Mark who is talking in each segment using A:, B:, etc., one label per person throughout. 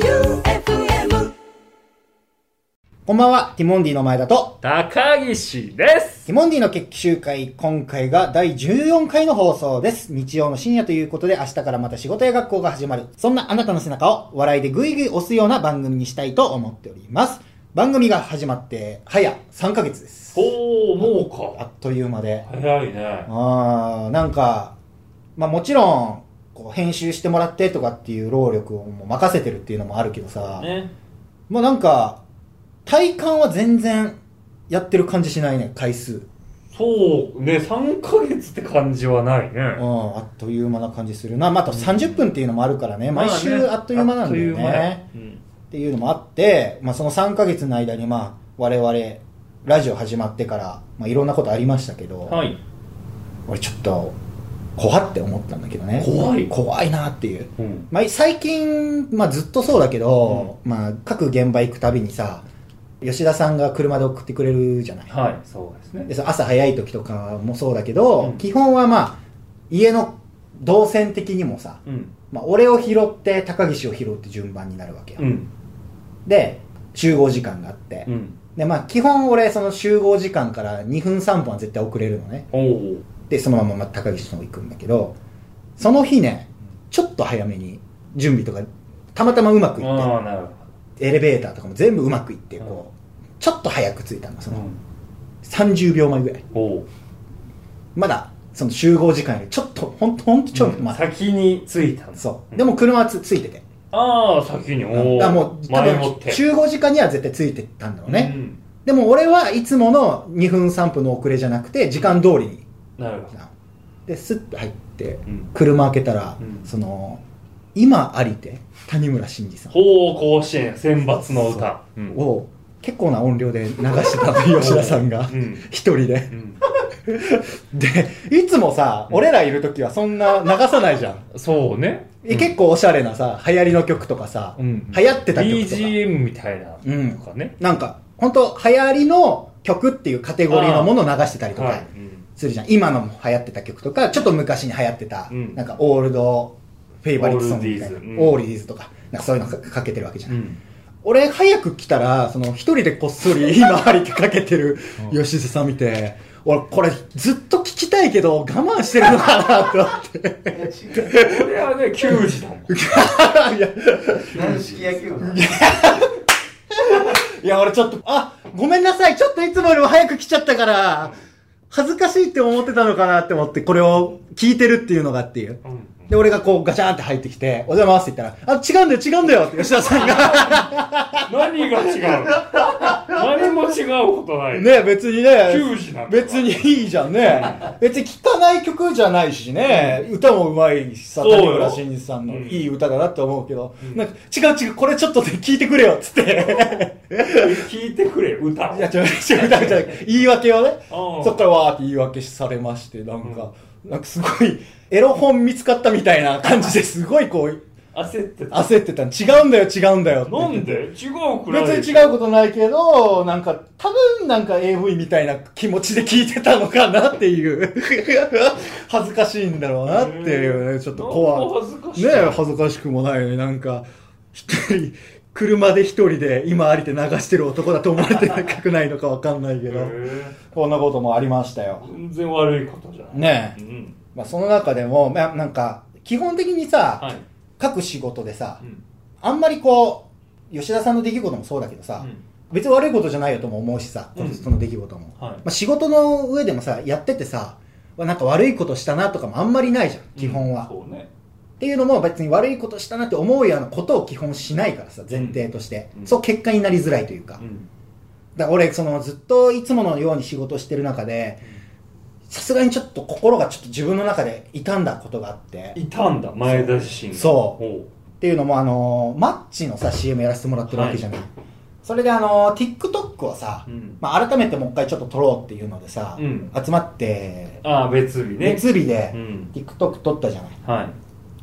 A: J-O-E-U-F-M
B: こんばんは、ティモンディの前田と、
C: 高岸です
B: ティモンディの決起集会、今回が第14回の放送です。日曜の深夜ということで、明日からまた仕事や学校が始まる。そんなあなたの背中を笑いでぐいぐい押すような番組にしたいと思っております。番組が始まって、早3ヶ月です。
C: おおもう
B: あ
C: か
B: っという間で。
C: 早いね
B: あーなんか、まあもちろん、こう編集してもらってとかっていう労力をもう任せてるっていうのもあるけどさ、
C: ね
B: まあなんか、体感は全然やってる感じしないね、回数。
C: そうね3ヶ月って感じはないね
B: うん、あっという間な感じするな、まあ、あと30分っていうのもあるからね、毎週
C: ま
B: あっという間なんだよね,、
C: あっという間やうん
B: っていうのもあって、まあ、その3ヶ月の間に、まあ、我々ラジオ始まってから、まあ、いろんなことありましたけど、
C: はい
B: 俺ちょっと怖って思ったんだけどね
C: 怖い
B: 怖いなっていう、
C: うん
B: まあ、最近、まあ、ずっとそうだけど、まあ、各現場行くたびにさ吉田さんが車で送ってくれるじゃない
C: はいそうですね
B: でその朝早い時とかもそうだけど、
C: うん
B: 基本はまあ家の動線的にもさ、
C: うん
B: まあ、俺を拾って高岸を拾うって順番になるわけよ、
C: うん
B: で集合時間があって、
C: うん
B: でまあ基本俺その集合時間から2分3分は絶対遅れるのね
C: おお
B: でそのまままた高岸の方行くんだけどその日ねちょっと早めに準備とかたまたまうまくいっ
C: ああなるほ
B: てエレベーターとかも全部うまくいって
C: うん
B: こうちょっと早く着いたのそ
C: どう
B: の
C: ん
B: 30秒前ぐらい
C: おお
B: まだその集合時間よりちょっとほんとほんとちょっと前、
C: 先に着いたんだ
B: そう、
C: ん
B: でも車はつついてて
C: ああ先におお
B: あもう多
C: 前もっ
B: 分
C: て
B: 集合時間には絶対ついてたんだろうね、
C: うん
B: でも俺はいつもの2分3分の遅れじゃなくて時間通りに
C: なるほど
B: でスッと入って
C: うん
B: 車開けたら、
C: うん
B: その今ありて谷村新司さん
C: ほう甲子園選抜の歌うん
B: を結構な音量で流してたの 吉田さんが
C: うん
B: 一人で
C: うん
B: でいつもさ俺らいる時はそんな流さないじゃん
C: そうね
B: え結構おしゃれなさ流行りの曲とかさ、
C: うん
B: 流行ってた曲とか、
C: BGM みたいな
B: うん
C: とかね
B: なんか本当流行りの曲っていうカテゴリーのものを流してたりと
C: は
B: か
C: いうん
B: するじゃん、今のも流行ってた曲とかちょっと昔に流行ってた、
C: うん
B: なんかオールドフェイバリットソングみたいな
C: オー
B: オ
C: ル
B: ー
C: デ
B: ルデ
C: ィーズうん
B: ィーズとかなんかそういうのかかけてるわけじゃん、
C: うん
B: 俺早く来たらその一人でこっそ り今ありってかけてる吉瀬さん見て俺これずっと聞きたいけど我慢してるのかなと思 って
C: これはね、球児 だもん。
B: いや
D: 軟式野球部
B: いや、俺ちょっと、あ、ごめんなさい、ちょっといつもよりも早く来ちゃったから、恥ずかしいって思ってたのかなって思って、これを聞いてるっていうのがっていう。で、俺がこうガチャンって入ってきて、お邪魔って言ったら、あ、違うんだよ、違うんだよって吉田さんが、
C: 何が違う何も違うことない。
B: ね、別にね
C: 球、児なんだから
B: 別に。いいじゃんね。別に聴かない曲じゃないしね、歌もうまいしさ、
C: そうよ
B: 谷村新司さんの
C: うん
B: いい歌だなって思うけど、
C: うん
B: なんか、違う違う、これちょっとね、聞いてくれよっつって。
C: 聞いてくれ、歌を。
B: いや、違う違う、歌じゃない言い訳をね。
C: ああ
B: そっからわーって言い訳されまして、なんか、なんかすごい、エロ本見つかったみたいな感じですごいこう、
C: 焦ってた。
B: 焦ってたの。違うんだよ、違うんだよって。
C: なんで違うくらい。
B: 別に違うことないけど、なんか、多分なんか AV みたいな気持ちで聞いてたのかなっていう。 恥ずかしいんだろうなっていうね、ちょっと
C: なん
B: 怖
C: か恥ずかし
B: い。
C: い
B: ねえ恥ずかしくもないのになんか、一人、車で一人で今ありて流してる男だと思われてなくないのかわかんないけ ど、
C: へ
B: こんなこともありましたよ
C: え。全然悪いことじゃない。
B: ね
C: う
B: え、
C: ん。
B: まあ、その中でも、まあ、なんか基本的にさ、
C: はい。
B: 各仕事でさ
C: うん
B: あんまりこう吉田さんの出来事もそうだけどさ、
C: うん
B: 別に悪いことじゃないよとも思うしさ、この
C: うん
B: その出来事も、
C: はい
B: まあ、仕事の上でもさやっててさわなんか悪いことしたなとかもあんまりないじゃん基本は、
C: そうね。
B: っていうのも別に悪いことしたなって思うようなことを基本しないからさ前提として、
C: うん
B: そう結果になりづらいというか、
C: うん。
B: だから俺そのずっといつものように仕事してる中でさすがにちょっと心がちょっと自分の中で傷んだことがあって
C: いたんだ、前田自身が。
B: そう
C: おう。
B: っていうのもあのーマッチのさ CM やらせてもらってるわけじゃない、それであのー TikTok をさ、
C: うん
B: まあ、改めてもう一回ちょっと撮ろうっていうのでさ、
C: うん
B: 集まって
C: ああ、別日ね。
B: 別日
C: う
B: で
C: ん。
B: TikTok 撮ったじゃない
C: はい。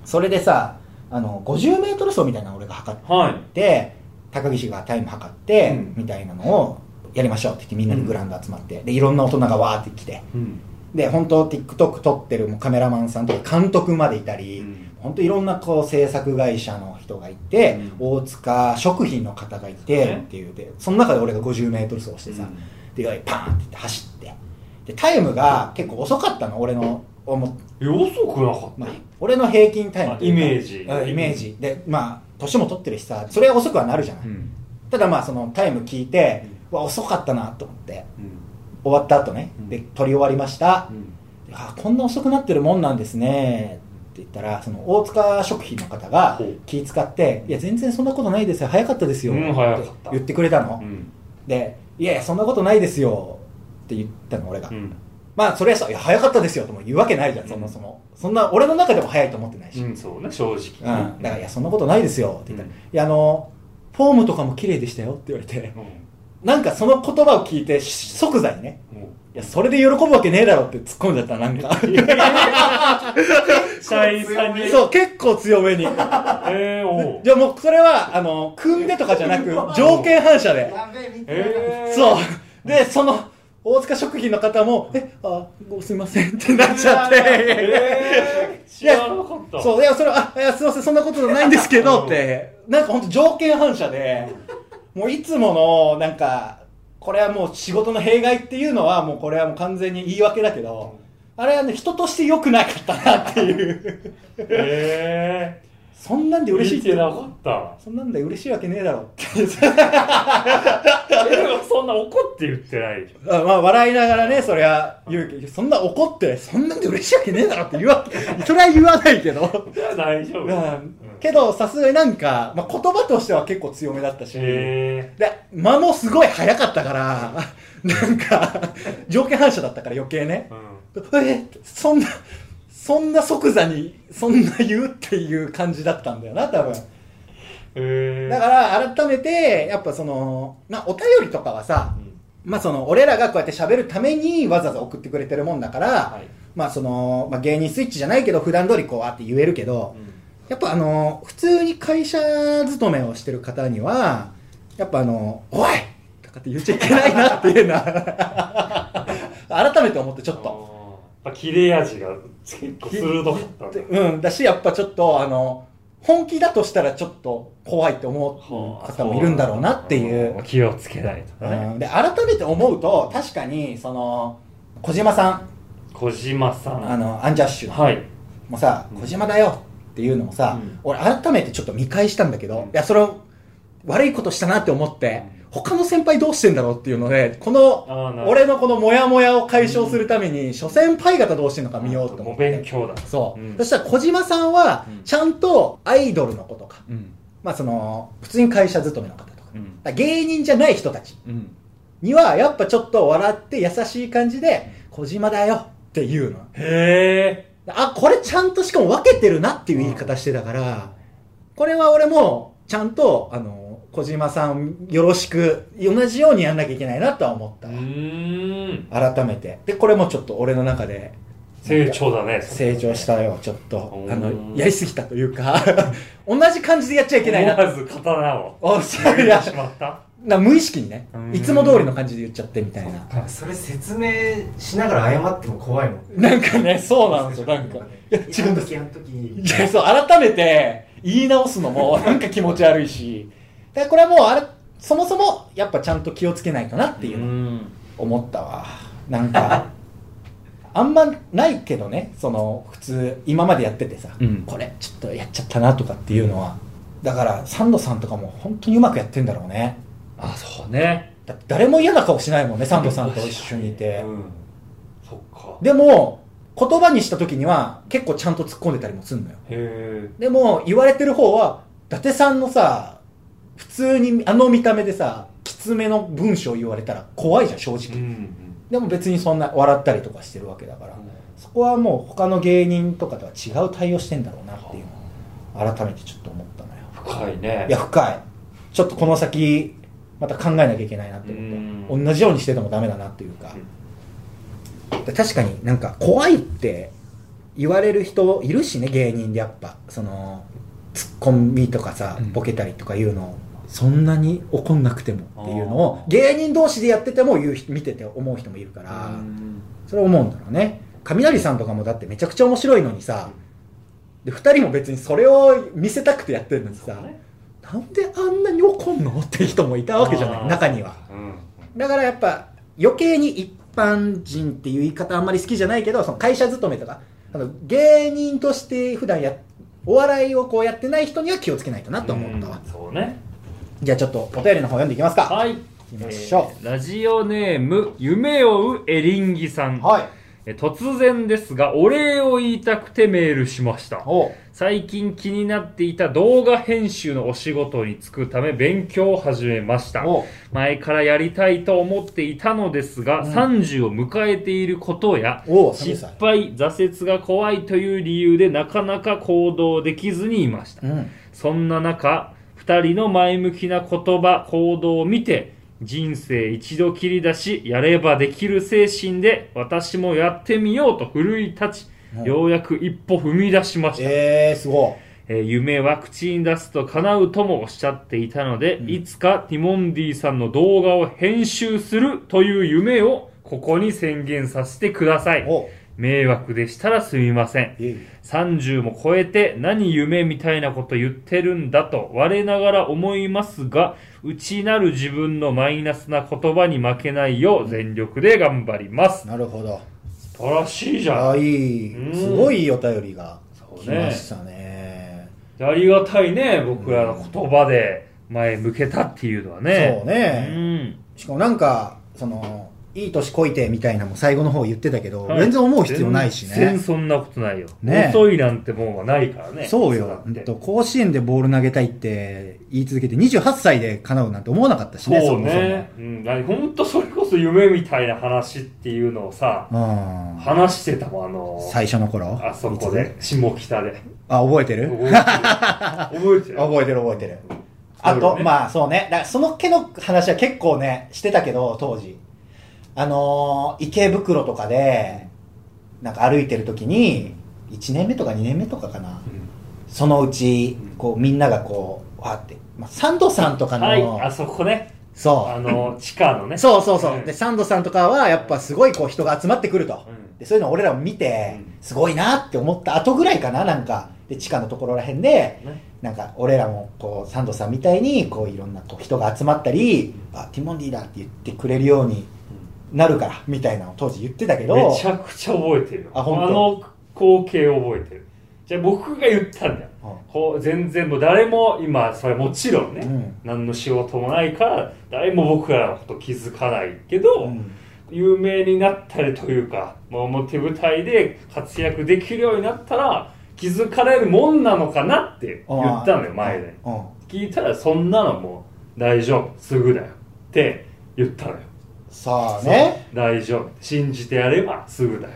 B: それでさあの 50m 走みたいなの俺が測っ
C: はい。
B: て高岸がタイム測って、
C: うん
B: みたいなのをやりましょうって言ってみんなでグラウンド集まってでいろんな大人がわーって来て
C: うん。
B: で本当 TikTok 撮ってるもうカメラマンさんとか監督までいたり、
C: うん
B: 本当いろんなこう制作会社の人がいて、大塚食品の方がいて
C: ね
B: っていうでその中で俺が 50m 走してさ、でパーンって言って走ってでタイムが結構遅かったの俺の思っ
C: え遅くなかった
B: まあ、俺の平均タイムというか
C: あイメージ
B: うんイメージでまあ年も取ってるしさそれは遅くはなるじゃない、
C: うん
B: ただまあそのタイム聞いて、うわ遅かったなと思って終わった後ね、
C: うん
B: で撮り終わりました
C: う、ん
B: あこんな遅くなってるもんなんですねって言ったらその大塚食品の方が
C: ほう
B: 気使って「いや全然そんなことないですよ早かったですよ」
C: うん早か
B: っ
C: ってた
B: 言ってくれたの、
C: うん
B: で「いやいやそんなことないですよ」って言ったの俺が、
C: うん
B: まあそれはさ「いや早かったですよ」とも言うわけないじゃんそもそも、そんな俺の中でも早いと思ってないし、
C: うんそうね正直
B: うん、だから「いやそんなことないですよ」って言ったら「
C: うん
B: いやあのフォームとかも綺麗でしたよ」って言われて
C: うん
B: なんかその言葉を聞いてし即座にね
C: も
B: 「いやそれで喜ぶわけねえだろ」って突っ込んじゃったなんか
C: う社員さんに
B: そう結構強めに
C: えーおう
B: じゃあもうそれはあの組んでとかじゃなく条件反射で
D: やべえみたいな
C: えー
B: そうでその大塚食品の方も「えあごすいません」ってなっちゃっ
C: え
B: て
C: ー知らなかった
B: そういやそれは「あいやすいませんそんなことないんですけ ど」ってなんか本当条件反射でもういつものなんかこれはもう仕事の弊害っていうのはもうこれはもう完全に言い訳だけどあれはね人として良くなかったなっていう
C: え
B: そんなんで
C: ー
B: 嬉しい
C: 見てな かった
B: そんなんで嬉しいわけねえだろって
C: えでもそんな怒って言ってないじゃん
B: あまあ、笑いながらね、そりゃ、言うけど、そんな怒って、そんなんで嬉しいわけねえだろって言うわけ、それは言わないけど。
C: じゃあ大丈夫
B: うんけど、さすがになんか、まあ、言葉としては結構強めだったし、
C: え
B: で、間もすごい早かったから、なんか、条件反射だったから余計ね
C: ー。うん
B: え、そんな、そんな即座に、そんな言うっていう感じだったんだよな、多分。
C: えー
B: だから、改めて、やっぱその、まあ、お便りとかはさ、まあその俺らがこうやって喋るためにわざわざ送ってくれてるもんだから、
C: はい
B: まあその、まあ、芸人スイッチじゃないけど普段通りこうあって言えるけど、やっぱあの普通に会社勤めをしてる方にはやっぱあの「おい!」とかって言っちゃいけないなっていうのは 改めて思ってちょっと。
C: あーやっぱ切れ味が結構鋭かったんだ
B: うん、だしやっぱちょっとあの本気だとしたらちょっと怖いって思
C: は
B: う
C: あ
B: 方もいるんだろうなっていう
C: うん気をつけないとかね
B: うんで改めて思うと確かにその小島さん
C: 小島さ
B: あ
C: ん
B: のアンジャッシュ
C: はい
B: もさ
C: うん
B: 小島だよっていうのもさ、
C: うん
B: 俺改めてちょっと見返したんだけど、
C: うん
B: いやそれを悪いことしたなって思って、
C: うん
B: 他の先輩どうしてんだろうっていうのでこの
C: あーなるほど
B: 俺のこのモヤモヤを解消するために、諸先輩方どうしてんのか見ようと思
C: も
B: っ
C: う
B: て、
C: 勉強だ
B: そう、
C: うん
B: そしたら小島さんは
C: うん
B: ちゃんとアイドルの子とか、
C: うん
B: まあその普通に会社勤めの方とか,、
C: うん
B: 芸人じゃない人たち
C: うん
B: にはやっぱちょっと笑って優しい感じで「小島だよ」っていうの
C: へえ
B: あ、これちゃんとしかも分けてるなっていう言い方してたから、これは俺もちゃんと、あの、小島さんよろしく、同じようにやんなきゃいけないなとは思っ
C: う
B: た。
C: ーん
B: 改めて。で、これもちょっと俺の中で
C: 成長だね
B: 成長したよ、ちょっと
C: お。ー
B: あの、やりすぎたというか、 同じ感じでやっちゃいけない
C: 思
B: な。
C: わず刀を
B: おそうい
C: や
B: や
C: ってしまった
B: な無意識にね
C: う、ん
B: いつも通りの感じで言っちゃってみたいな。
D: それ説明しながら謝っても怖いもん
B: なんかね、そうなんですよ、なんか。いや、違うんです
D: あの時あの時
B: いやそう改めて言い直すの もなんか気持ち悪いしだからこれはもうあれそもそもやっぱちゃんと気をつけないとなっていう
C: う
B: の
C: ん
B: 思ったわなんかあんまないけどねその普通今までやっててさ、
C: うん
B: これちょっとやっちゃったなとかっていうのはだからサンドさんとかも本当にうまくやってんだろうね
C: あそうね
B: だって誰も嫌な顔しないもんねサンドさんと一緒にいて
C: うんそっか
B: でも言葉にした時には結構ちゃんと突っ込んでたりもすんのよ
C: へ
B: でも言われてる方は伊達さんのさ普通にあの見た目でさきつめの文章言われたら怖いじゃん正直、
C: えうん
B: でも別にそんな笑ったりとかしてるわけだから、そこはもう他の芸人とかとは違う対応してんだろうなっていうのを改めてちょっと思ったのよ
C: 深いね
B: いや深いちょっとこの先また考えなきゃいけないなって思っ
C: う
B: て同じようにしててもダメだなっていうか、で確かになんか怖いって言われる人いるしね芸人でやっぱそのツッコミとかさ
C: うん
B: ボケたりとかいうのをそんなに怒んなくてもっていうのを
C: あー
B: 芸人同士でやってても言う人見てて思う人もいるから、
C: うん
B: それは思うんだろうね雷さんとかもだってめちゃくちゃ面白いのにさで2人も別にそれを見せたくてやってるのにさ、
C: そうね
B: なんであんなに怒んのって人もいたわけじゃな
C: あ
B: い
C: ー
B: 中には
C: うん
B: だからやっぱ余計に一般人っていう言い方あんまり好きじゃないけどその会社勤めとかあの芸人として普段やお笑いをこうやってない人には気をつけないとなと思ったわ
C: うんそうね
B: じゃあちょっとお便りの方読んでいきますか
C: はい
B: 行きましょう
C: えーラジオネーム夢追うエリンギさん、
B: はい
C: えー突然ですがお礼を言いたくてメールしました
B: おう
C: 最近気になっていた動画編集のお仕事に就くため勉強を始めました
B: おう
C: 前からやりたいと思っていたのですが、
B: うん
C: 30を迎えていることや
B: おう30
C: 失
B: 歳
C: 敗挫折が怖いという理由でなかなか行動できずにいました
B: うん
C: そんな中、二人の前向きな言葉、行動を見て、人生一度きりだし、やればできる精神で、私もやってみようと奮い立ち、
B: うん
C: ようやく一歩踏み出しました。
B: えー、すご
C: えー夢は口に出すと叶うともおっしゃっていたので、
B: うん
C: いつかティモンディさんの動画を編集するという夢を、ここに宣言させてくださ
B: い
C: い。
B: おう
C: 迷惑でしたらすみません。
B: いえいえ
C: 30も超えて何夢みたいなこと言ってるんだと我ながら思いますが内なる自分のマイナスな言葉に負けないよう全力で頑張ります
B: なるほど
C: 素晴らしいじゃん
B: あいい
C: うん
B: すごいお便りが
C: そう
B: 来
C: ね
B: ましたね
C: ありがたいね僕らの言葉で前向けたっていうのはね
B: そうね
C: うん
B: しかもなんかそのいい年こいてみたいなのも最後の方言ってたけど、
C: はい
B: 全然思う必要ないし
C: 全然
B: ね
C: そんなことないよ、
B: ね
C: 遅いなんてもんはないからね
B: そう
C: だ
B: よ
C: っ、
B: うん
C: て
B: と、甲子園でボール投げたいって言い続けて28歳で叶うなんて思わなかったしね
C: そう
B: もそも
C: ねうんだからほんとそれこそ夢みたいな話っていうのをさ
B: うん、
C: 話してたもんあの
B: 最初の頃
C: あそこ
B: いつ
C: で、下北で。
B: あ覚えてる
C: 覚
B: 覚
C: えてる。覚
B: えてる覚えてるあと、
C: あ、
B: まあそうねだからその毛の話は結構ねしてたけど当時あのー池袋とかでなんか歩いてる時に1年目とか2年目とかかなそのうち
C: うん
B: こうみんながこうわーって、まあ、サンドさんとかの、
C: はい、あそこね。
B: そ
C: あの、地下の
B: う
C: ね。
B: そうそうそう、
C: ん
B: でサンドさんとかはやっぱすごいこう人が集まってくると、
C: うん
B: でそういうのを俺らも見て、
C: うん
B: すごいなって思った後ぐらいかななんかで地下のところらへんで
C: ね
B: なんか俺らもこうサンドさんみたいにこういろんなこう人が集まったりあティモンディだって言ってくれるようになるからみたいなのを当時言ってたけど
C: めちゃくちゃ覚えてるよ。
B: あほんと
C: の光景を覚えてる。じゃあ僕が言ったんだよ。こう全然もう誰も今それもちろんね、
B: うん
C: 何の仕事もないから誰も僕らのこと気づかないけど、
B: うん
C: 有名になったりというか、まあ、表舞台で活躍できるようになったら気づかれるもんなのかなって言ったのよ前で
B: うんうん
C: 聞いたらそんなのもう大丈夫すぐだよって言ったのよ
B: さあね
C: 大丈夫信じてやればすぐだよ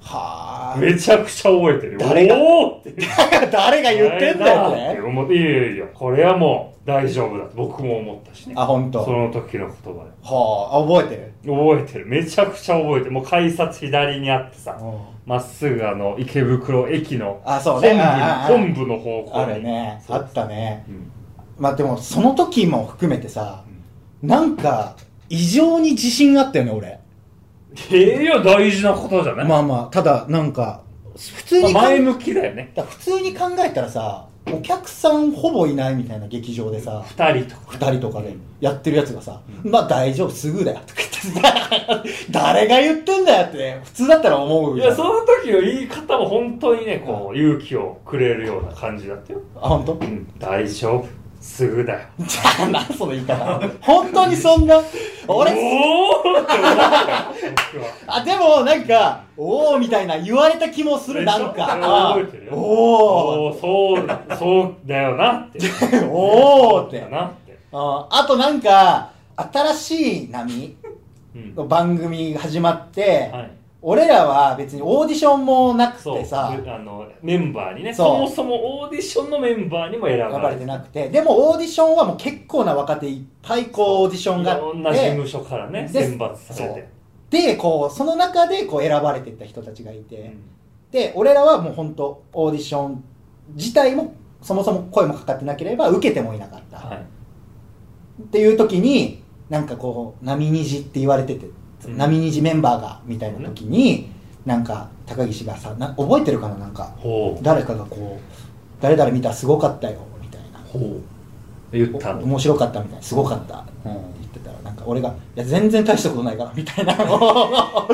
B: はあ
C: めちゃくちゃ覚えてるよ
B: 誰が
C: おーって
B: 誰が言ってんだよ
C: あれだ
B: ね
C: って思っていやいやいやこれはもう大丈夫だと僕も思ったしね
B: あ本当
C: その時の言葉で
B: はあ覚えてる
C: 覚えてるめちゃくちゃ覚えてるもう改札左にあってさまっすぐあの池袋駅の
B: あそうね
C: 本部
B: あああ
C: 本部の方向
B: あ
C: に
B: るね
C: そう
B: あったね
C: うん
B: まあでもその時も含めてさなんか異常に自信あったよね俺
C: ええいや大事なことじゃない、
B: まあまあただなんか普通
C: まあ
B: に考え
C: 前向きだよね
B: だから普通に考えたらさお客さんほぼいないみたいな劇場でさ
C: 二人とか
B: 2人とかでやってるやつがさ「まあ大丈夫すぐだよ」とか言ってさ 誰が言ってんだよってね普通だったら思う
C: い
B: よ
C: やその時の言い方も本当にねこう勇気をくれるような感じだったよ、
B: あ本当
C: うん、大丈夫すぐだよ
B: じゃあなその言い方 本当にそんな俺
C: おおって思ったよ僕は
B: あでもなんか「おお」みたいな言われた気も する
C: でし
B: なん
C: ょそ
B: か
C: れは
B: あ
C: 覚えてるよ
B: おー
C: おーそうだそうだよなって
B: おおって
C: だなって
B: ああとなんか新しい波
C: うん
B: の番組が始まって、
C: はい
B: 俺らは別にオーディションもなく
C: そう
B: てさ
C: あのメンバーにね
B: そう
C: そもそもオーディションのメンバーにも選ば
B: 選ば
C: れ
B: れ
C: て
B: てなくてでもオーディションはもう結構な若手いっぱいこうオーディション
C: い
B: が
C: ろんな
B: あっ
C: 事
B: て
C: 務所からね
B: で
C: 選抜されて
B: でこうその中でこう選ばれてった人たちがいて、
C: うん
B: で俺らはもう本当オーディション自体もそもそも声もかかってなければ受けてもいなかった、
C: はい
B: っていう時になんかこう「波虹」って言われてて「
C: うん
B: 波虹メンバーが」みたいな時に、なんか高岸がさな覚えてるかななんか
C: ほう
B: 誰かがこう誰々見たすごかったよみたいな
C: ほう言った
B: 面白かったみたいなすごかったって
C: うん
B: 言ってたらなんか俺が「いや全然大したことないから」みたいな のを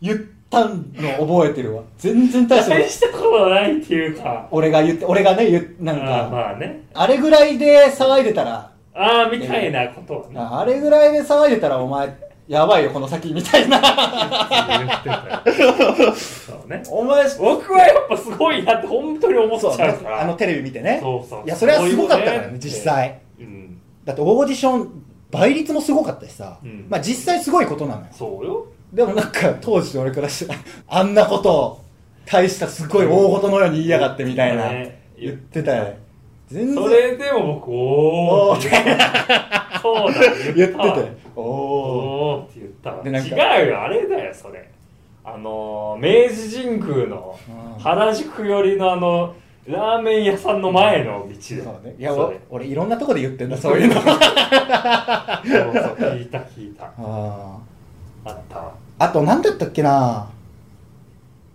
B: 言ったの覚えてるわ全然大したことな
C: 大
B: い
C: したことないっていうか
B: 俺が言って俺がね言っなん
C: あー
B: か
C: まあね
B: あれぐらいで騒いでたら
C: ああみたいなことはね
B: ああれぐらいで騒いでたらお前やばいよこの先みたいな
C: 言ってたよそうね
B: お前そ
C: 僕はやっぱすごいなって本当に思っちゃう
B: う
C: から
B: あのテレビ見てね
C: そうそう
B: いやそれはすごかったから
C: そう
B: ね
C: いうのね
B: 実際
C: うん
B: だってオーディション倍率もすごかったしさ、
C: うん
B: まあ実際すごいことなのよ
C: そうよ
B: でもなんか当時の俺からしたら あんなこと大したすごい大事のように言いやがってみたいな、
C: ね
B: 言ってたよ全
C: そ
B: 然
C: れでも僕お
B: お
C: お
B: ー
C: そう だ
B: 言って
C: わ
B: たよおお
C: おーって言ったわ
B: でなんか
C: 違うよあれだよそれあのー明治神宮の
B: うん
C: 原宿寄りのあのラーメン屋さんの前の道で
B: そうねいや
C: そ
B: お
C: れ
B: 俺いろんなとこで言ってんだそういう の
C: そうそう聞いた聞いた
B: あ
C: あったわ
B: あと何だったっけな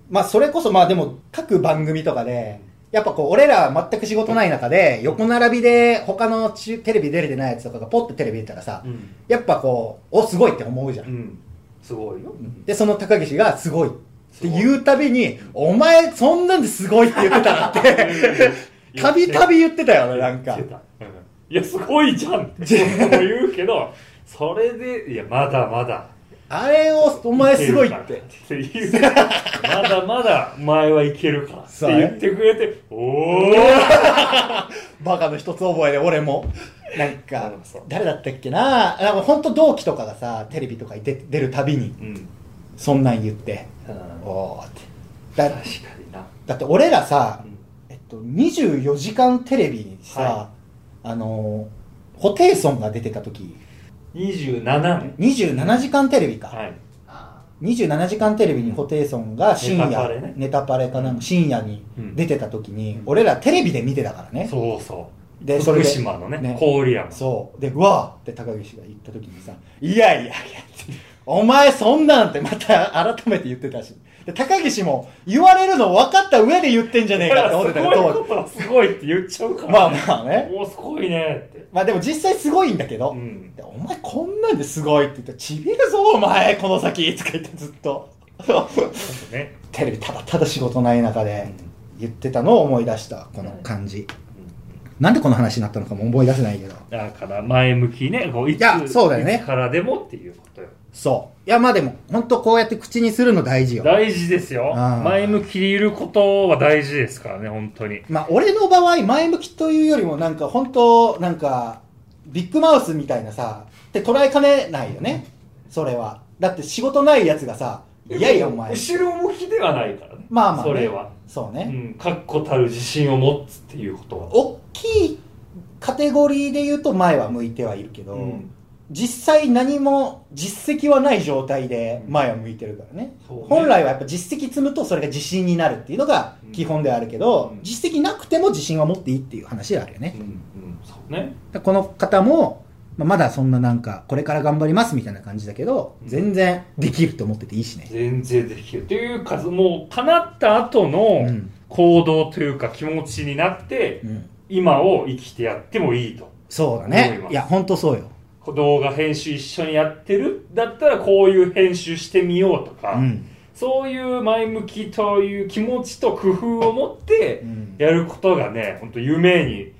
B: まあそれこそまあでも各番組とかでやっぱこう俺ら全く仕事ない中で横並びで他の中テレビ出れてないやつとかがポッとテレビ出たらさ
C: うん
B: やっぱこうおすごいって思うじゃん
C: うんすごいよ
B: でその高岸がすごいって言うたびにお前そんなんですごい って言ってたなってたびたび言ってたよねなんか
C: 言ってたうんいやすごいじゃん って僕も言うけどそれでいやまだまだ
B: あれをお前すごいって
C: って言うまだまだお前はいけるからって
B: そうね
C: 言ってくれておお
B: バカの一つ覚えで俺もなんか
C: そう
B: 誰だったっけななんか本当同期とかがさテレビとかに出出るたびに
C: うん
B: そんなん言ってお
C: 確
B: おってだ
C: かにな
B: だって俺らさ
C: うん、
B: えっと、24時間テレビにさ、
C: は
B: あのーホテイソンが出てた時
C: 27年
B: 27時間テレビか、
C: はい
B: 27時間テレビにホテイソンが深夜
C: ネタパレね
B: ネタパレかなんか深夜に
C: うん
B: 出てた時に、
C: うん
B: 俺らテレビで見てたからね、
C: そうそう
B: でそれ
C: 福
B: で
C: 島のね
B: ね
C: 郡山
B: そうでうわーって高岸が言った時にさ「いやいやいや」ってお前そんなん」ってまた改めて言ってたしで高岸も言われるの分かった上で言ってんじゃねえかって思ってたけ
C: すごいこ
B: ど
C: とは すごいって言っちゃうから
B: まあまあね
C: おおすごいねって
B: まあでも実際すごいんだけど、
C: うん
B: でお前こんなんですごいって言ったらちびるぞお前この先とか言ってずっと
C: ね
B: テレビただただ仕事ない中で言ってたのを思い出したこの感じ、なんでこの話になったのかも思い出せないけど
C: だから前向きねこういつ
B: いやそうだよね
C: いつからでもっていうことよ
B: そういやまあでも本当こうやって口にするの大事よ
C: 大事ですよ
B: あー
C: 前向きでいることは大事ですからね本当に
B: まあ俺の場合前向きというよりもなんか本当なんかビッグマウスみたいなさって捉えかねないよねそれはだって仕事ないやつがさいやいやお前
C: 後ろ向きではないからね
B: まあまあ、ね、
C: それは
B: そう
C: う
B: ね、
C: ん確固たる自信を持つっていうことは
B: 大きいカテゴリーで言うと前は向いてはいるけど、
C: うん
B: 実際何も実績はない状態で前を向いてるからね,、
C: そうね
B: 本来はやっぱ実績積むとそれが自信になるっていうのが基本ではあるけど、
C: うん
B: 実績なくても自信は持っていいっていう話ではあるよね
C: う、んうんそうね
B: だからこの方もまあまだそんななんかこれから頑張りますみたいな感じだけど
C: うん
B: 全然できると思ってていいしね、
C: 全然できるっていうかもう叶った後
B: う
C: の
B: ん
C: 行動というか気持ちになって
B: うん、
C: 今を生きてやってもいいと
B: そうだ
C: 思い
B: ね
C: ます
B: いや本当そうよ、
C: こう動画編集一緒にやってるだったらこういう編集してみようとか、
B: うん
C: そういう前向きという気持ちと工夫を持って
B: うん
C: やることがね、本当夢に、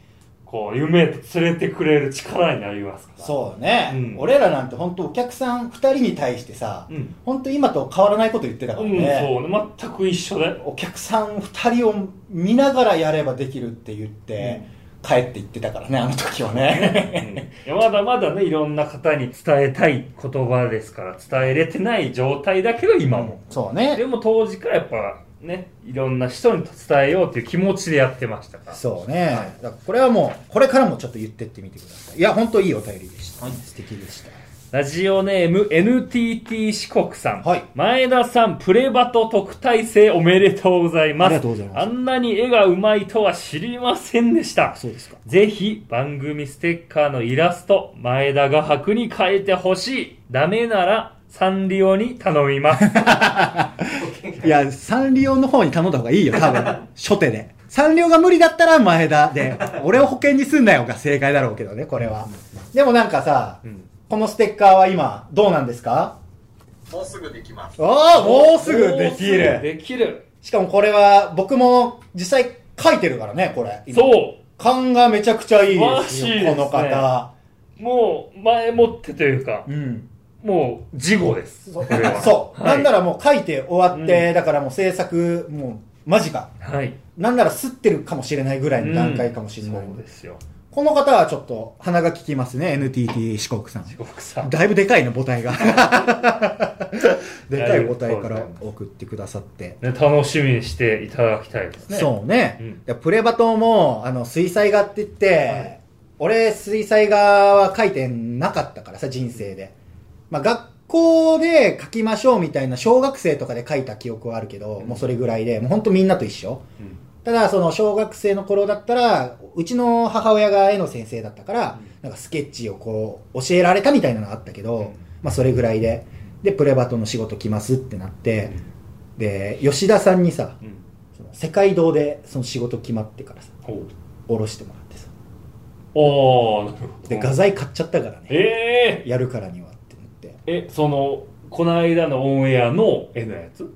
C: こう、夢と連れてくれる力になりますから。
B: そうだね、
C: うん
B: 俺らなんて本当お客さん2人に対してさ、
C: う。うん。
B: 本当今と変わらないこと言ってたか
C: う
B: ら
C: ん、
B: ね、
C: そうね。全く一緒で。
B: お客さん2人を見ながらやればできるって言って、帰って行ってたからねあの時はね
C: うんいやまだまだね、いろんな方に伝えたい言葉ですから、伝えれてない状態だけど、今も。
B: そうね
C: でも当時からやっぱ、ね、いろんな人に伝えようという気持ちでやってましたから。
B: そうね、だからこれはもうこれからもちょっと言ってってみてくださいいや本当いいお便りでした、素敵でした
C: ラジオネーム NTT 四国さん。
B: はい
C: 前田さん、プレバト特待生おめでとうございます。
B: ありがとうございます
C: あんなに絵がうまいとは知りませんでした。
B: そうですか
C: ぜひ番組ステッカーのイラスト、前田画伯に変えてほしい。ダメなら、サンリオに頼みます。
B: いや、サンリオの方に頼んだ方がいいよ、多分。初手で。サンリオが無理だったら前田で、俺を保険にすんなよが正解だろうけどね、これは。でもなんかさ、
C: うん
B: このステッカーは今、どうなんですか
E: もうすぐできます。
B: ああ、 もうすぐでき
C: もうすぐ
B: る。
C: できる。
B: しかもこれは、僕も実際書いてるからね、これ。
C: そう。
B: 勘がめちゃくちゃいいです
C: マジです
B: よ、こ
C: ね
B: の方。
C: もう、前もってというか、
B: うん。
C: もう、事後です。
B: そう
C: これは
B: そう。
C: は
B: ないんならもう書いて終わって、
C: う
B: だからもう制作、もう、マジか。
C: はい。
B: なんなら吸ってるかもしれないぐらいの段階かもしれない。
C: うんそうですよ。
B: この方はちょっと鼻が利きますね、NTT 四国さん。
C: 地獄さん。
B: だいぶでかいね、母体 が。でかい母体か
C: ありがとうござい
B: ら
C: ます
B: 送ってくださって。
C: ね、楽しみにしていただきたいですね。
B: そうね。
C: うん
B: でプレバトも、あの、水彩画って言って、
C: はい
B: 俺、水彩画は描いてなかったからさ、人生で。まあ、学校で描きましょうみたいな、小学生とかで描いた記憶はあるけど、もうそれぐらいで、もうほんとみんなと一緒。
C: うん。
B: ただ、その、小学生の頃だったら、うちの母親が絵の先生だったから、なんかスケッチをこう、教えられたみたいなのがあったけど、
C: うん
B: まあ、それぐらいで。で、プレバトの仕事来ますってなって、で、吉田さんにさ、
C: うん。
B: その世界堂でその仕事決まってからさ
C: おう
B: 下ろしてもらってさ
C: おー、なるほど。
B: で画材買っちゃったからね
C: え
B: やるからにはって思って
C: ー、え、その、この間のオンエアの絵のやつ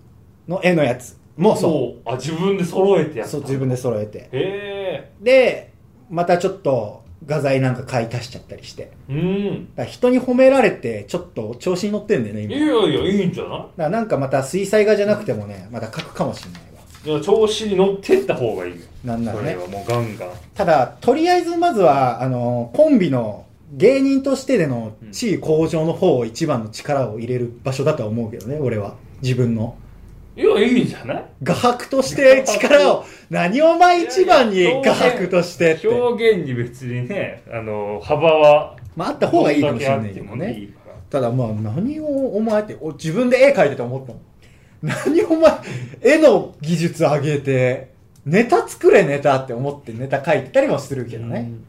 B: の絵のやつもそ
C: そう。あ、自分で揃えて
B: う
C: やった。
B: そう自分で揃えて
C: へ
B: でまたちょっと画材なんか買い足しちゃったりしてだか
C: えー。うん。
B: ら人に褒められてちょっと調子に乗ってんだよね
C: い
B: 今
C: や
B: だか
C: いや、いいんじゃな
B: らなんかまた水彩画じゃなくてもねまだ描くかもしれないわ
C: いいや調子に乗ってった方がいいよ。
B: なんな
C: そ
B: ら
C: れ
B: ね
C: はもうガンガン。
B: ただとりあえずまずはあのコンビの芸人としてでの地位向上の方を一番の力を入れる場所だとは思うけどね俺は自分の
C: いや、いいんじゃない
B: 画伯として力を何を前 一番に画伯としてって、
C: 表現に別にね、あの、幅は、
B: まあ、あった方がいいかもしれないけ
C: どん
B: ど
C: だけあっても
B: ね
C: いいから
B: ただまあ何をお前ってお自分で絵描いてて思ったの何お前絵の技術上げてネタ作れネタって思ってネタ書いてたりもするけどね、
C: うん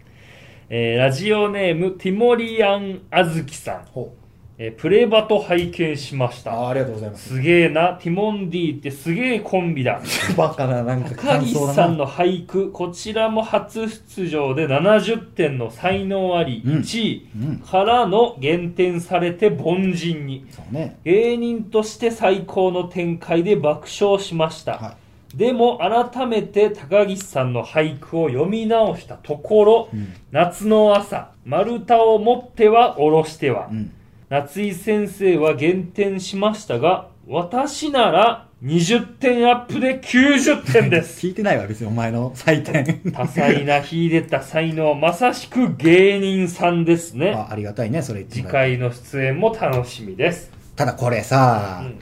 C: えーラジオネームティモリアンあずきさん、
B: ほ
C: えープレバト拝見しまし
B: うあー
C: た
B: ありがとうございます
C: すげえなティモンディってすげえコン ビだ
B: バカななんか
C: 高
B: 感
C: 岸
B: 想
C: さ
B: だ
C: ん
B: な
C: の俳句こちらも初出場で70点の才能あり
B: うん
C: 1位
B: うん
C: からの減点されて凡人に
B: そうね
C: 芸人として最高の展開で爆笑しました、
B: は
C: でも改めて高岸さんの俳句を読み直したところ、
B: うん
C: 夏の朝丸太を持っては下ろしては、
B: うん
C: 夏井先生は減点しましたが私なら20点アップで90点で す
B: 聞いてないわ別にお前の採点
C: 多彩な秀でた才能まさしく芸人さんですね
B: あありがたいねそれ言って
C: 次
B: もらえて
C: 回の出演も楽しみです、
B: ただこれさ、
C: うん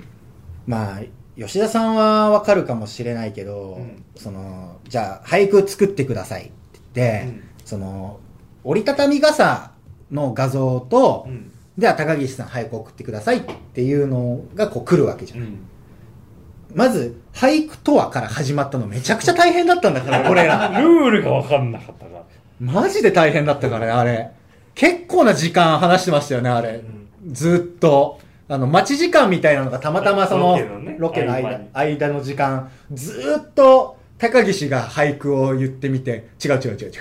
B: まあ、吉田さんはわかるかもしれないけど、
C: うん
B: その、じゃあ、俳句作ってくださいって言って、
C: うん
B: その、折りたたみ傘の画像と、
C: うん
B: じゃあ、高岸さん俳句送ってくださいっていうのがこう来るわけじゃ。
C: うんん
B: まず、俳句とはから始まったのめちゃくちゃ大変だったんだから、俺
C: ル
B: ら。
C: ールが分かんなかったから
B: マジで大変だったからね、あれ。結構な時間話してましたよね、あれ。ずっと。あの、待ち時間みたいなのがたまたまその
C: ロケのね、
B: ロケの
C: 合間
B: 間
C: に、
B: 間の時間、ずっと高岸が俳句を言ってみて、違う違う違う違う。って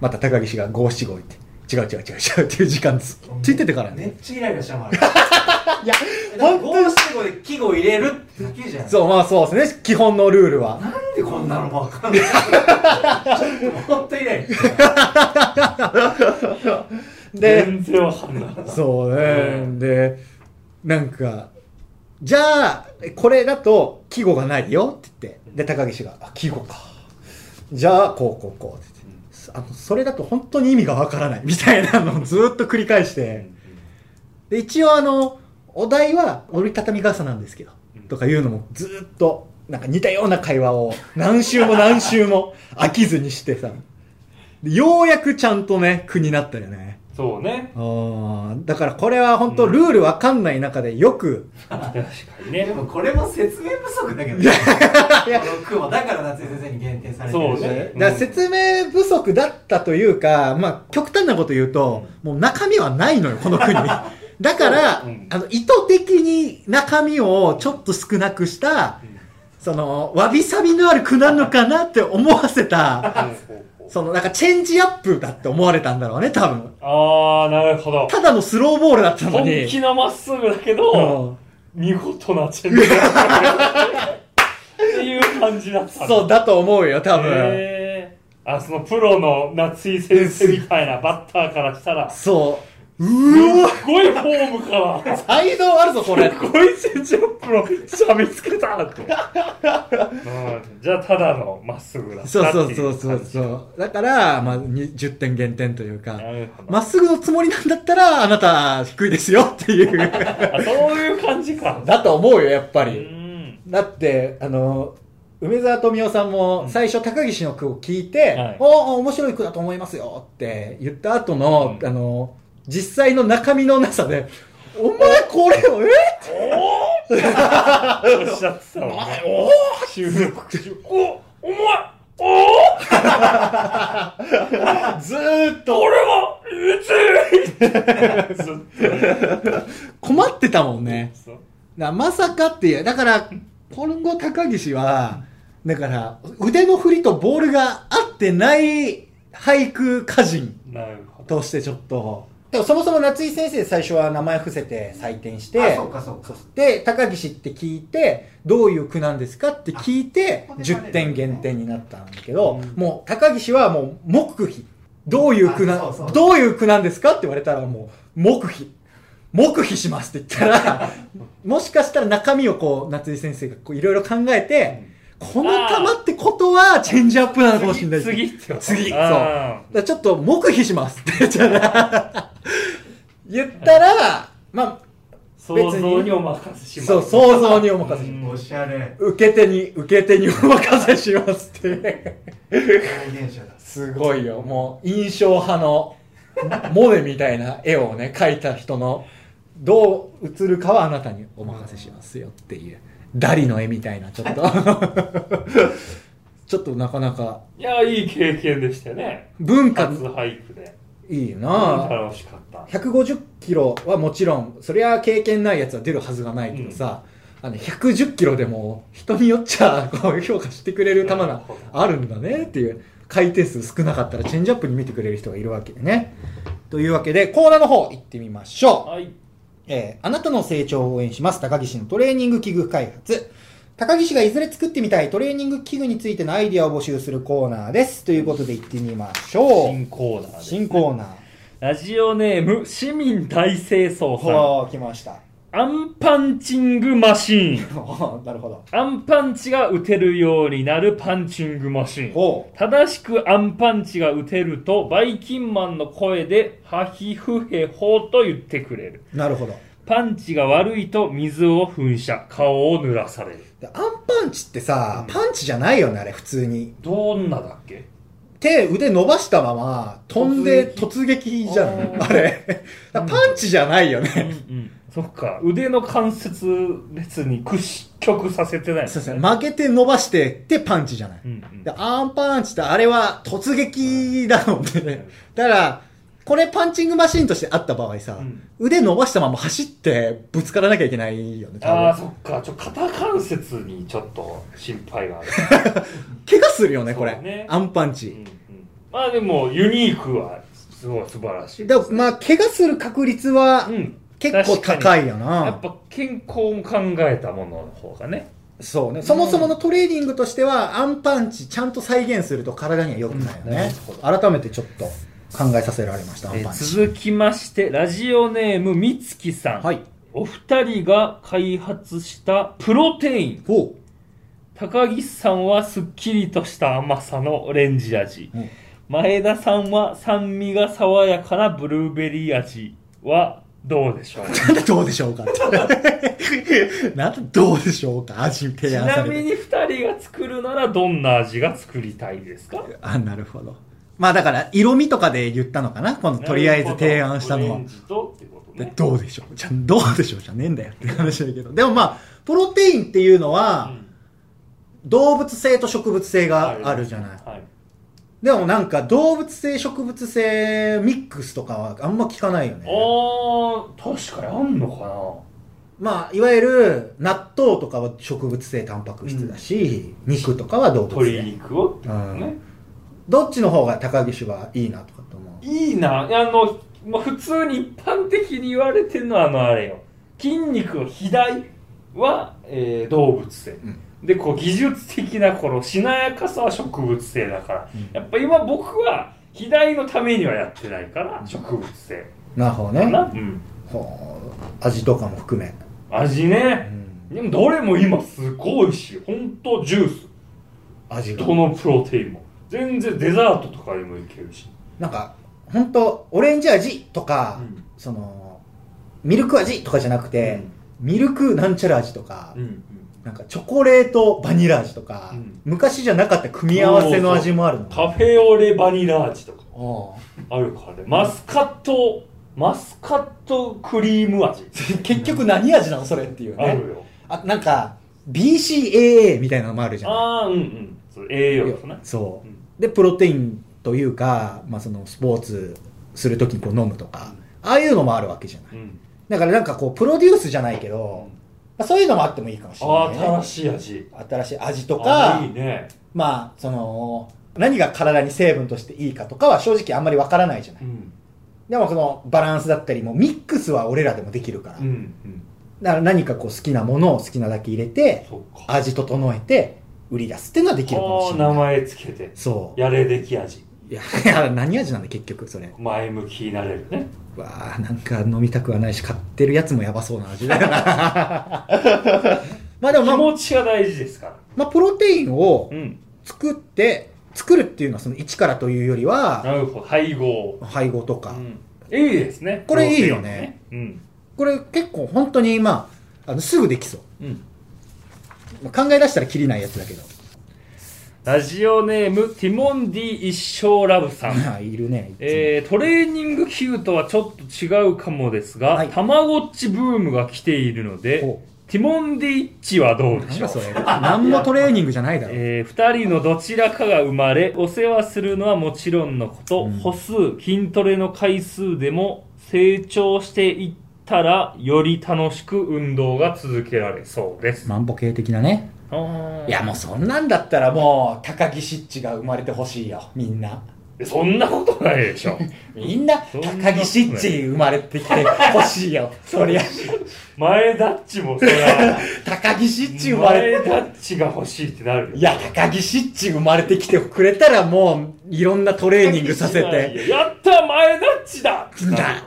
B: また高岸が五七五言って、違う違う違う違うっていう時間ずっと言っててから
D: め
B: ね。
D: っちゃイライラしたもんあれ
B: いや、本
D: 本当
B: 当に
D: に最後で季語入れるってだけじゃん
B: そう、まあそうですね、基本のルールは。
D: なんでこんなのわかんないちょっと本当イライラした
B: で、
C: 全然分かんなかっ た
B: そう
C: う
B: ね。
C: ん
B: で、なんか、じゃあ、これだと、季語がないよって言って。で、高岸が、あ、季語か。じゃあ、こう、こう、こうって言って。あの、それだと本当に意味がわからないみたいなのをずっと繰り返して。で、一応あの、お題は折りたたみ傘なんですけど
C: うん、
B: とかいうのもずっと、なんか似たような会話を何週も何週も飽きずにしてさ。でようやくちゃんとね、苦になったよね。
C: そうね。
B: あーだからこれは本当ルールわかんない中でよく、
C: 確かに
D: で
C: ね。
D: もこれも説明不足だけどねこの句もだから夏井先生に限定されてるし
C: そうね
B: だから説明不 足だったというか、まあ極端なこと言うと、もう中身はないのよ、この国。だから、
C: うん
B: あの意図的に中身をちょっと少なくした、そのわびさびのある句なのかなって思わせたそのなんかチェンジアップだって思われたんだろうね多分
C: あー、なるほど。
B: ただのスローボールだったの
C: 本
B: に
C: 気なまっすぐだけ
B: う
C: ど、
B: ん
C: 見事なチェンジアップっていう感じだったんだ
B: そうだと思うよ多分、
C: へーあそのプロの夏井先生みたいなバッターからしたらす
B: そううわ
C: ごいフォームからす
B: 才能あるぞこれ
C: ごいチェンジアップのしゃみつけたって、うん、じゃあただのまっすぐだったってい
B: そうそ
C: う
B: うそうそう
C: 感じ
B: そうだから、まあ、に10点減点というか
C: なるほど
B: まっすぐのつもりなんだったらあなた低いですよっていう
C: あそういう感じか
B: だと思うよやっぱ
C: う
B: り
C: ん
B: だってあの梅沢富美男さんも最初高岸の句を聞いて
C: はい
B: 「おお面白い句だと思いますよ」って言った後の、
C: うん
B: あの実際の中身のなさで「お前これをえ
C: おっしゃってたもんね
B: おお
C: 収録中おお前おー
B: ずーっと
C: 俺は1位
B: 困ってたもんね
C: そう
B: なまさかっていうだから今後高岸はだから腕の振りとボールが合ってない俳句歌人
C: なるほど
B: としてちょっとでもそもそも夏井先生最初は名前伏せて採点して
D: あそうかそうか
B: で高岸って聞いてどういう句なんですかって聞いて
D: あここでバレる
B: 10点減点になったんだけど、もう高岸はもう黙秘どういう句な
D: あそうそう
B: どういう句なんですかって言われたらもう黙秘黙秘しますって言った らもしかしたら中身をこう夏井先生がこういろいろ考えて、この球ってことはチェンジアップなのかもしれないです
C: 次ってこと
B: 次そう
C: あ
B: だからちょっと黙秘しますって言った ら言ったら、ま
C: ー想像にお任せ
B: あ、
C: します
B: そう、想像にお任せし
C: う
B: ま
C: ん
D: おしゃれ
B: す。受け手に、受け手にお任せしますって。
D: 表現者だ
B: すごいよ。もう、印象派の、モネみたいな絵をね、描いた人の、どう映るかはあなたにお任せしますよっていう。ダリの絵みたいな、ちょっと。ちょっとなかなか、
C: いやいい経験でしたよね
B: 文化
C: 初、俳句で
B: いいよな
C: 楽しかった
B: 150キロはもちろんそりゃ経験ないやつは出るはずがないけどさ、あの110キロでも人によっちゃこう評価してくれる球があるんだねっていう回転数少なかったらチェンジアップに見てくれる人がいるわけでねというわけでコーナーの方行ってみましょう、
C: はい
B: えーあなたの成長を応援します。高岸のトレーニング器具開発。高岸がいずれ作ってみたいトレーニング器具についてのアイデアを募集するコーナーです。ということで行ってみましょう。
C: 新コーナーです
B: 新コーナー。
C: ラジオネーム市民大清掃さ
B: ほー、来ました。
C: んアンパンチングマシーン
B: お ーなるほど。
C: アンパンチが打てるようになるパンチングマシーン
B: お
C: 正しくアンパンチが打てるとバイキンマンの声でハヒフヘホと言ってくれる
B: ーなるほど。
C: パンチが悪いと水を噴射顔を濡らされる
B: でアンパンチってさ、パンチじゃないよね、あれ、普通に。
C: どんなだっけ
B: 手、腕伸ばしたまま、飛んで突撃じゃん、あれ。だからパンチじゃないよ
C: うん
B: ね。
C: そっか腕の関節列に屈曲させてないのね
B: そうですね。曲げて伸ばしてってパンチじゃない。
C: うんうん
B: でアンパンチってあれは突撃だもんね。だから、これパンチングマシンとしてあった場合さ、
C: うん
B: 腕伸ばしたまま走ってぶつからなきゃいけないよね、多
C: ああ
B: 分。
C: そっかちょ肩関節にちょっと心配がある、
B: 怪我するよね、これ。
C: そうね
B: アンパン
C: うんう
B: チ。
C: ん、まあでもユニークはすごい素晴らしい
B: でもまあ、怪我する確率は
C: うん
B: 結構
C: 確かに
B: 高いよ
C: や
B: な
C: っ。ぱ健康も考えたものの方がね
B: そうね。そもそものトレーニングとしては、アンパンチちゃんと再現すると体には良くないよ
C: うんな
B: ね
C: るほ。
B: 改めてちょっと考えさせられました、アン
C: え
B: パンチ。
C: 続きましてラジオネームみつきさん、
B: はい。
C: お二人が開発したプロテイン
B: ほ
C: 高岸さんはすっきりとした甘さのオレンジ味、
B: うん
C: 前田さんは酸味が爽やかなブルーベリー味はどう でしょう
B: う。なんでどうでしょうかって。なんでどうでしょうか味
C: ち
B: 提案され
C: な
B: て。
C: みに2人が作るならどんな味が作りたいですか
B: あ、なるほど。まあだから、色味とかで言ったのかなこの、とりあえず提案したの
C: オ
B: は
C: レン。ジとってこと
B: で
C: ね
B: どうでしょうじゃ、どうでしょうじゃねえんだよって話だけど。でもまあ、プロテインっていうのは、動物性と植物性があるじゃない。
C: はい
B: でもなんか動物性植物性ミックスとかはあんま聞かないよね
C: あー、確かにあんのか
B: まあいわゆる納豆とかは植物性タンパク質だし、肉とかは動
C: な
B: 物
C: 鶏
B: 性
C: 肉をってことね、
B: どっちの方が高岸はいいなとかと思う
C: いいなあの、まあ、普通に一般的に言われてるのはあのあれよ筋肉の肥大は、えー動物性、でこう技術的なこのしなやかさは植物性だから、
B: うん
C: やっぱ今僕は肥大のためにはやってないから植物性
B: なるほど
C: か
B: ね
C: な、うん、
B: ほう味とかも含め、
C: 味
B: う
C: ね
B: ん、
C: でもどれも今すごいし本当ジュース
B: 味が
C: どのプロテインも全然デザートとかにもいけるし
B: なんか本当オレンジ味とか、
C: うん
B: そのミルク味とかじゃなくて、ミルクなんちゃら味とか、
C: うんうん
B: なんかチョコレートバニラ味とか、
C: うん
B: 昔じゃなかった組み合わせの味もあるの
C: カフェオレバニラ味とか
B: お
C: あるからねマスカットマスカットクリーム味
B: う結局何味なのそれっていう
C: あ
B: ね
C: るよ
B: あなんか BCAA みたいなのもあるじゃん
C: ああうんうんそう栄養とね
B: そう、
C: うん
B: でプロテインというか、まあ、そのスポーツするときにこう飲むとか、ああいうのもあるわけじゃない
C: うん
B: だからなんかこうプロデュースじゃないけど、まあ、そういうのもあってもいいかもしれ
C: あ
B: な
C: あ
B: い、
C: 新
B: ね、
C: しい味
B: 新しい味と
C: あ
B: か
C: ーいいね
B: まあその何が体に成分としていいかとかは正直あんまりわからないじゃない
C: うん
B: でもこのバランスだったりもミックスは俺らでもできるから、
C: うんうん
B: だから何かこう好きなものを好きなだけ入れて
C: そっか
B: 味整えて売り出すっていうのはできるかも
C: あ
B: しれ
C: ー
B: ない
C: 名前つけて
B: そう
C: やれでき味
B: いや いや何味なんだ結局それ
C: 前向きになれるね
B: わあなんか飲みたくはないし買ってるやつもやばそうな味だよな まあで
C: 気
B: もまあ、
C: 持ちが大事ですから
B: まあ、プロテインを
C: うん
B: 作って作るっていうのはその一からというよりは
C: なるほど配合
B: 配合とか、
C: うんいいですね
B: これいいよね
C: プロテインね
B: これ結構本当にまああのすぐできそう
C: うんうん
B: まあ考え出したらきりないやつだけど
C: ラジオネームティモンディ一生ラブさん
B: あいるねいつも
C: えートレーニング器具とはちょっと違うかもですが、
B: はい
C: たまごっちブームが来ているので、
B: ほう
C: ティモンディッチはどうで
B: なん
C: し
B: だ
C: ょう
B: それ何もトレーニングじゃないだろ
C: え2人のどちらかが生まれお世話するのはもちろんのこと、
B: うん
C: 歩数筋トレの回数でも成長していったらより楽しく運動が続けられそうです、
B: 万歩系的なね
C: あー
B: いやもうそんなんだったらもう高木シッチが生まれてほしいよみんな
C: そんなことないでしょ
B: みんな
C: そんな
B: 高木シッチ生まれてきてほしいよそ りゃ
C: 前ダッチもそりゃ
B: 高木シッチ生まれ
C: 前ダッチが欲しいってなるよ
B: いや高木シッチ生まれてきてくれたらもういろんなトレーニングさせて
C: やった前ダッ チだ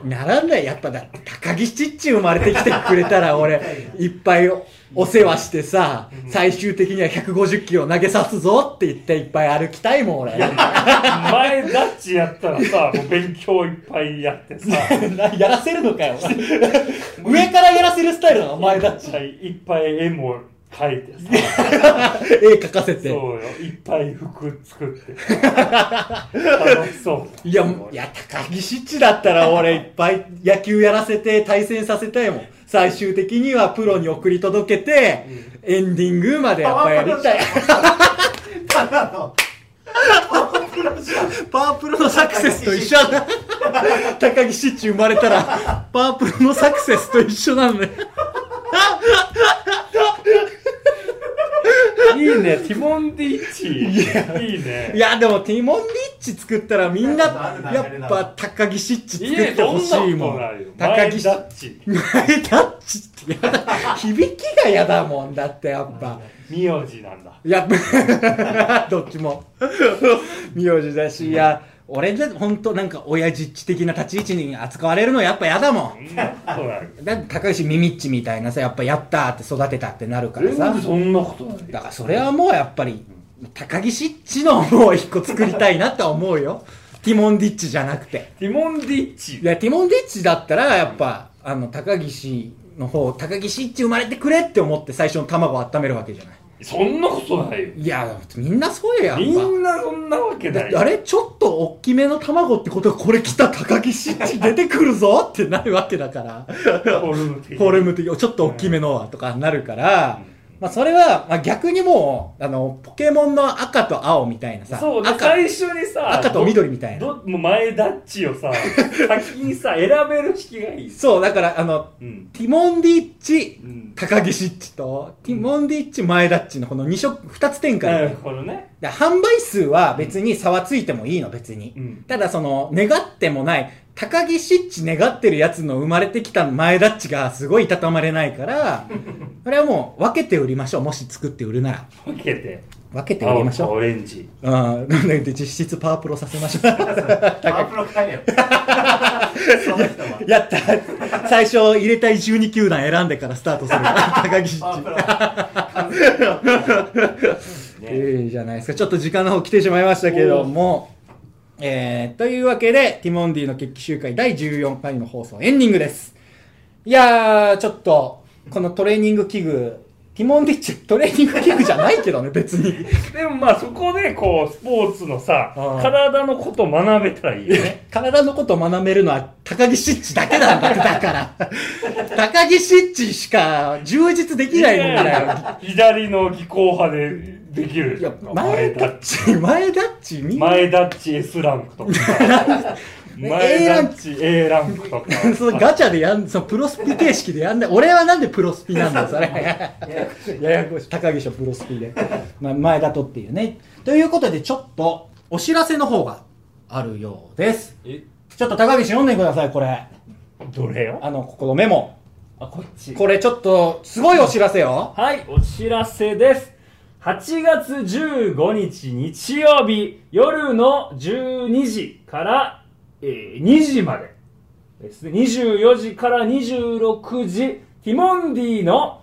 B: な、ならない。やっぱだって、高木チッチ生まれてきてくれ たら、俺、いっぱいお世話してさ、最終的には150キロ投げさすぞって言って、いっぱい歩きたいもん、俺。
C: 前ダッチやったらさ、もう勉強いっぱいやってさ、
B: なやらせるのかよ。 上からやらせるスタイルなの、お前だ っち。
C: いっぱい絵も描いてさ、
B: 絵描かせ
C: そう
B: て。
C: よ、いっぱい服作っ てさ、楽しそう。
B: いや、いや、高木チッチだったら俺いっぱい野球やらせて対戦させたいもん。最終的にはプロに送り届けて、エンディングまでやっぱやりたい。
D: ただの
B: パワープロのサクセスと一緒だ。高木シッチ生まれたら、パワープロのサクセスと一緒なんだよ。
C: いいね、ティモンディッチ。いいね。
B: いや、でもティモンディッチ作ったらみんな、やっぱ高木シッチ
C: いい
B: 作
C: ね、
B: ってほ
C: どんなこ
B: しい
C: と
B: もん
C: なるよ。。
B: 高木
C: 前
B: シッ
C: ダッチ。
B: 前タッチってやだ。響きが嫌だもんだって、やっぱ。
C: 名字なんだ。
B: やっぱ、 どっちも。名字だし、いや、俺で本当なんか親父っち的な立ち位置に扱われるのやっぱ嫌だもん
C: そ。んなことないよ。
B: だって高橋ミミッチみたいなさやっぱやったーって育てたってなるから
C: 全
B: さ
C: 然そんなことないよ。
B: だからそれはもうやっぱり高木シッチのもう一個作りたいなとは思うよ ティモンディッチじゃなくて
C: ティモンディッチ
B: い。やティモンディッチだったらやっぱあの高岸の方高木シッチ生まれてくれって思って最初の卵を温めるわけじゃない
C: そんなことないよ。
B: いやみんなそうややっぱ
C: みんなそんなわけない。
B: あれちょっと大きめの卵ってことはこれ来た高木シッチ出てくるぞってなるわけだから
C: フォルム的に
B: フォルム的ちょっと大きめのはとかになるから、まあ、それは、まあ、逆にもう、あの、ポケモンの赤と青みたいなさ、
C: そうね、
B: 赤
C: 最初にさ、
B: 赤と緑みたいな。
C: どどもう前ダッチ をさ、先にさ、選べる引きがいい。
B: そう、だから、あの、
C: うん。
B: ティモンディッチ
C: う、ん。
B: 高岸っちと、ティモンディッチ、前田っちのこの2色、2つ展
C: な
B: 開
C: る。ほどね。
B: で販売数は別に差はついてもいいの、別に
C: う。ん。
B: ただその、願ってもない、高木シッチ願ってるやつの生まれてきた前田っちがすごいいたたまれない から、それはもう分けて売りましょう。もし作って売るなら。
C: 分けて。
B: 分けて売り
C: 青
B: まし
C: と
B: ょう。
C: オレンジ。
B: うん。なんで実質パワープロさせましょう。
D: パワープロ買えよその人は
B: やった最初入れたい12球団選んでからスタートす る。高木シ
D: パワ
B: ッ
D: ー
B: チ。
D: プロ
C: ね。
B: ええじゃないですか。ちょっと時間の方来てしまいましたけども、えー、というわけで、ティモンディの決起集会第14回の放送エンディングです。いやー、ちょっと、このトレーニング器具、ティモンディッチトレーニング器具じゃないけどね、別に。
C: でもまあそこでこう、スポーツのさ、
B: うん
C: 体のこと学べたらいいよ ね。
B: 体のことを学べるのは高木シッチだけなんだだ から。高木シッチしか充実できないもんだよ。
C: 左の技巧派でできる。
B: いや、前ダッチ、前ダッチみんな
C: 前ダッチ S ランクと か。前ダッチ A ランクとか。
B: そのガチャでやん、そのプロスピ形式でやんない。俺はなんでプロスピなんだよ、それ。ややこしい。高岸はプロスピで。まあ、前だとっていうね。ということで、ちょっと、お知らせの方があるようです。
C: え、
B: ちょっと高岸読んでください、これ。
C: どれよ
B: あの、ここのメモ。
C: あ、こっち
B: これちょっと、すごいお知らせよ。
C: はい、お知らせです。8月15日日曜日夜の12時から、えー2時までですね。24時から26時、ティモンディの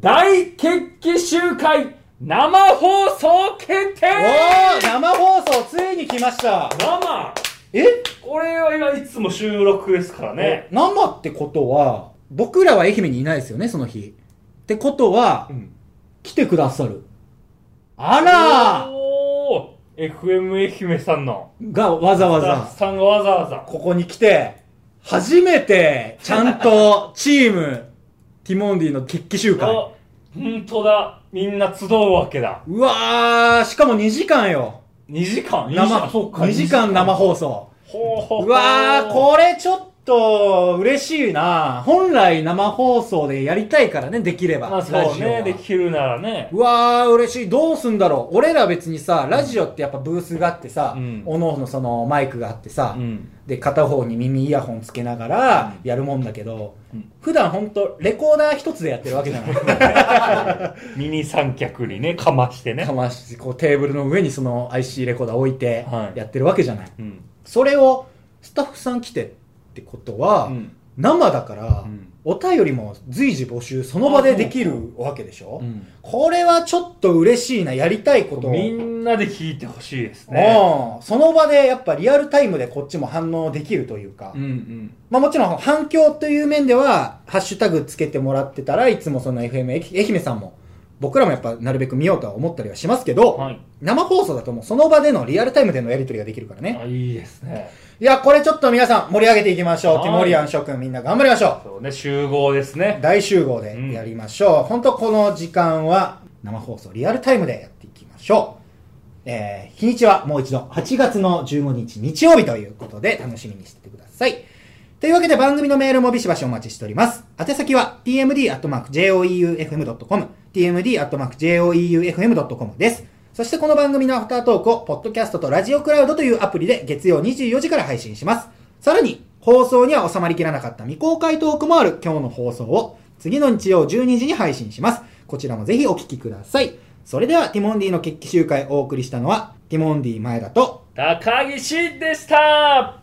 C: 大決起集会生放送決定
B: おー、生放送、ついに来ました。
C: 生
B: え
C: これは今いつも収録ですからね。
B: 生ってことは、僕らは愛媛にいないですよね、その日。ってことは、
C: ん
B: 来てくださる。あらー
C: おー !FM 愛媛さんの
B: がわざわ
C: スタッ
B: ざ
C: フさんがわざわざ。
B: ここに来て、初めてちゃん とチーム、ティモンディの決起集会。
C: あ、本当だ。みんな集うわけだ。
B: うわー、しかも2時間よ。
C: 2時間
B: 生、2時間生
C: 送。
B: 放送。
C: ほうほほ
B: うわー、これちょっと嬉しいな本来生放送でやりたいからね、できれば。
C: まあそう
B: ラジオ
C: ね、
B: は
C: できるならね。
B: うわー、嬉しい。どうすんだろう。俺ら別にさ、ラジオってやっぱブースがあってさ、
C: うん
B: おのおのそのマイクがあってさ、
C: ん。
B: で片方に耳イヤホンつけながらやるもんだけど、普段本当レコーダー一つでやってるわけじゃ ない
C: 耳三脚にね、かましてね
B: か。ましてこうテーブルの上にその IC レコーダー置いて
C: はい
B: やってるわけじゃない、
C: うん。
B: それをスタッフさん来てってことは、
C: うん
B: 生だから、
C: うん
B: お便りも随時募集その場でできるわけでしょ、
C: うん
B: これはちょっと嬉しいなやりたいことを
C: みんなで聞いてほしいですね。
B: うんその場でやっぱリアルタイムでこっちも反応できるというか、
C: うん
B: まあもちろん反響という面では、ハッシュタグつけてもらってたらいつもその FM 愛愛媛さんも、僕らもやっぱなるべく見ようとは思ったりはしますけど、
C: はい
B: 生放送だともうその場でのリアルタイムでのやり取りができるから
C: うん。
B: ね。
C: あ、いいですね。
B: いや、これちょっと皆さん盛り上げていきましょう。
C: はい
B: ティモリアン諸君みんな頑張りましょ
C: そうね、集合です
B: う。
C: ね。
B: 大集合でやりましょう。本当この時間は生放送リアルタイムでやっていきましょう。えー、日にちはもう一度8月の15日日曜日ということで楽しみにしててください。というわけで番組のメールもビシバシお待ちしております。宛先は tmd.joeufm.com tmd.joeufm.com です。そしてこの番組のアフタートークを、ポッドキャストとラジオクラウドというアプリで月曜24時から配信します。さらに、放送には収まりきらなかった未公開トークもある今日の放送を、次の日曜12時に配信します。こちらもぜひお聞きください。それでは、ティモンディの決起集会をお送りしたのは、ティモンディ前田と、
C: 高岸でした